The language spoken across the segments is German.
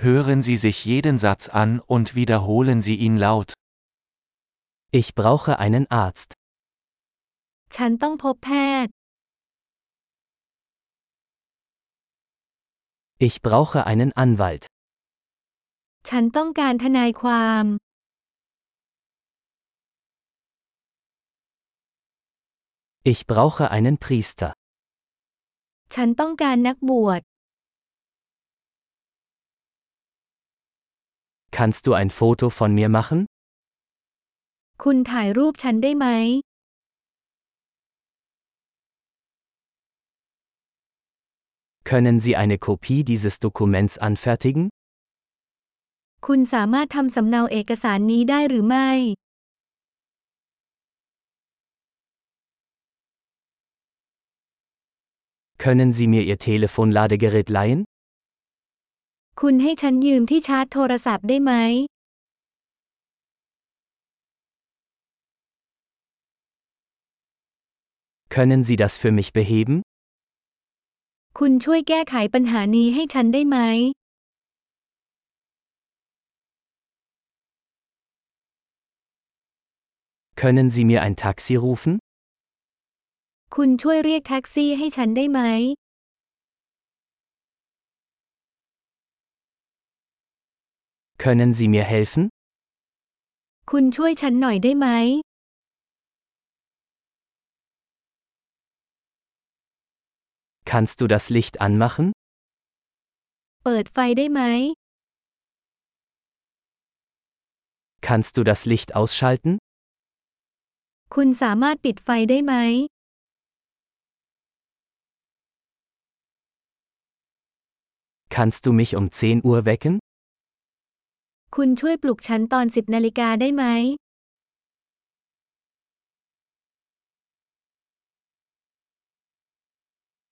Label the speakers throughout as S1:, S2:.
S1: Hören Sie sich jeden Satz an und wiederholen Sie ihn laut.
S2: Ich brauche einen Arzt.
S3: ฉันต้องพบแพทย์
S2: Ich brauche einen Anwalt.
S3: ฉันต้องการทนายความ
S2: Ich brauche einen Priester.
S3: ฉันต้องการนักบวช
S2: Kannst du ein Foto von mir machen?
S3: คุณถ่ายรูปฉันได้ไหม
S2: Können Sie eine Kopie dieses Dokuments anfertigen?
S3: คุณสามารถทำสำเนาเอกสารนี้ได้หรือไม่
S2: Können Sie mir Ihr Telefonladegerät leihen?
S3: คุณให้ฉันยืมที่ชาร์จโทรศัพท์ได้ไหม
S2: Können Sie das für mich beheben?
S3: คุณช่วยแก้ไขปัญหานี้ให้ฉันได้ไหม
S2: Können Sie mir ein Taxi rufen?
S3: คุณช่วยเรียกแท็กซี่ให้ฉันได้ไหม
S2: Können Sie mir helfen?
S3: คุณช่วยฉันหน่อยได้ไหม
S2: Kannst du das Licht anmachen?
S3: เปิดไฟได้ไหม
S2: Kannst du das Licht ausschalten?
S3: คุณสามารถปิดไฟได้ไหม
S2: Kannst du mich um 10 Uhr wecken?
S3: คุณช่วยปลุกฉันตอน 10นาฬิกาได้ไหม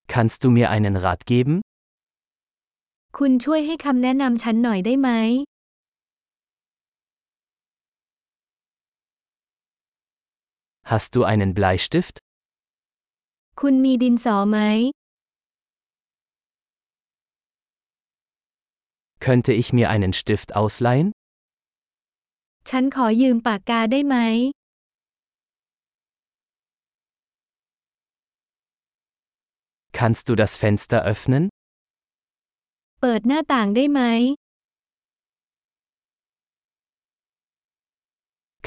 S2: Kannst du mir einen Rat geben?
S3: คุณช่วยให้คำแนะนำฉันหน่อยได้ไหม
S2: Hast du einen Bleistift?
S3: คุณมีดินสอไหม
S2: Könnte ich mir einen Stift ausleihen?
S3: ฉันขอยืมปากกาได้ไหม
S2: Kannst du das Fenster öffnen?
S3: เปิดหน้าต่างได้ไหม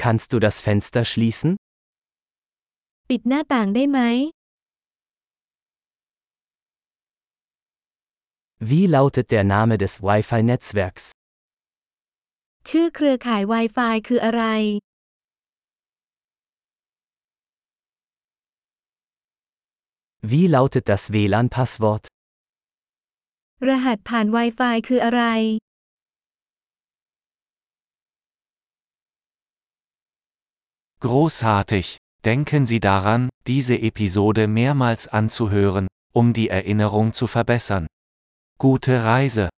S2: Kannst du das Fenster schließen?
S3: ปิดหน้าต่างได้ไหม
S2: Wie lautet der Name des Wi-Fi-Netzwerks?
S3: ชื่อเครือข่าย Wi-Fi คืออะไร
S2: Wie lautet das WLAN-Passwort?
S3: รหัสผ่าน Wi-Fi คืออะไร
S1: Großartig! Denken Sie daran, diese Episode mehrmals anzuhören, um die Erinnerung zu verbessern. Gute Reise!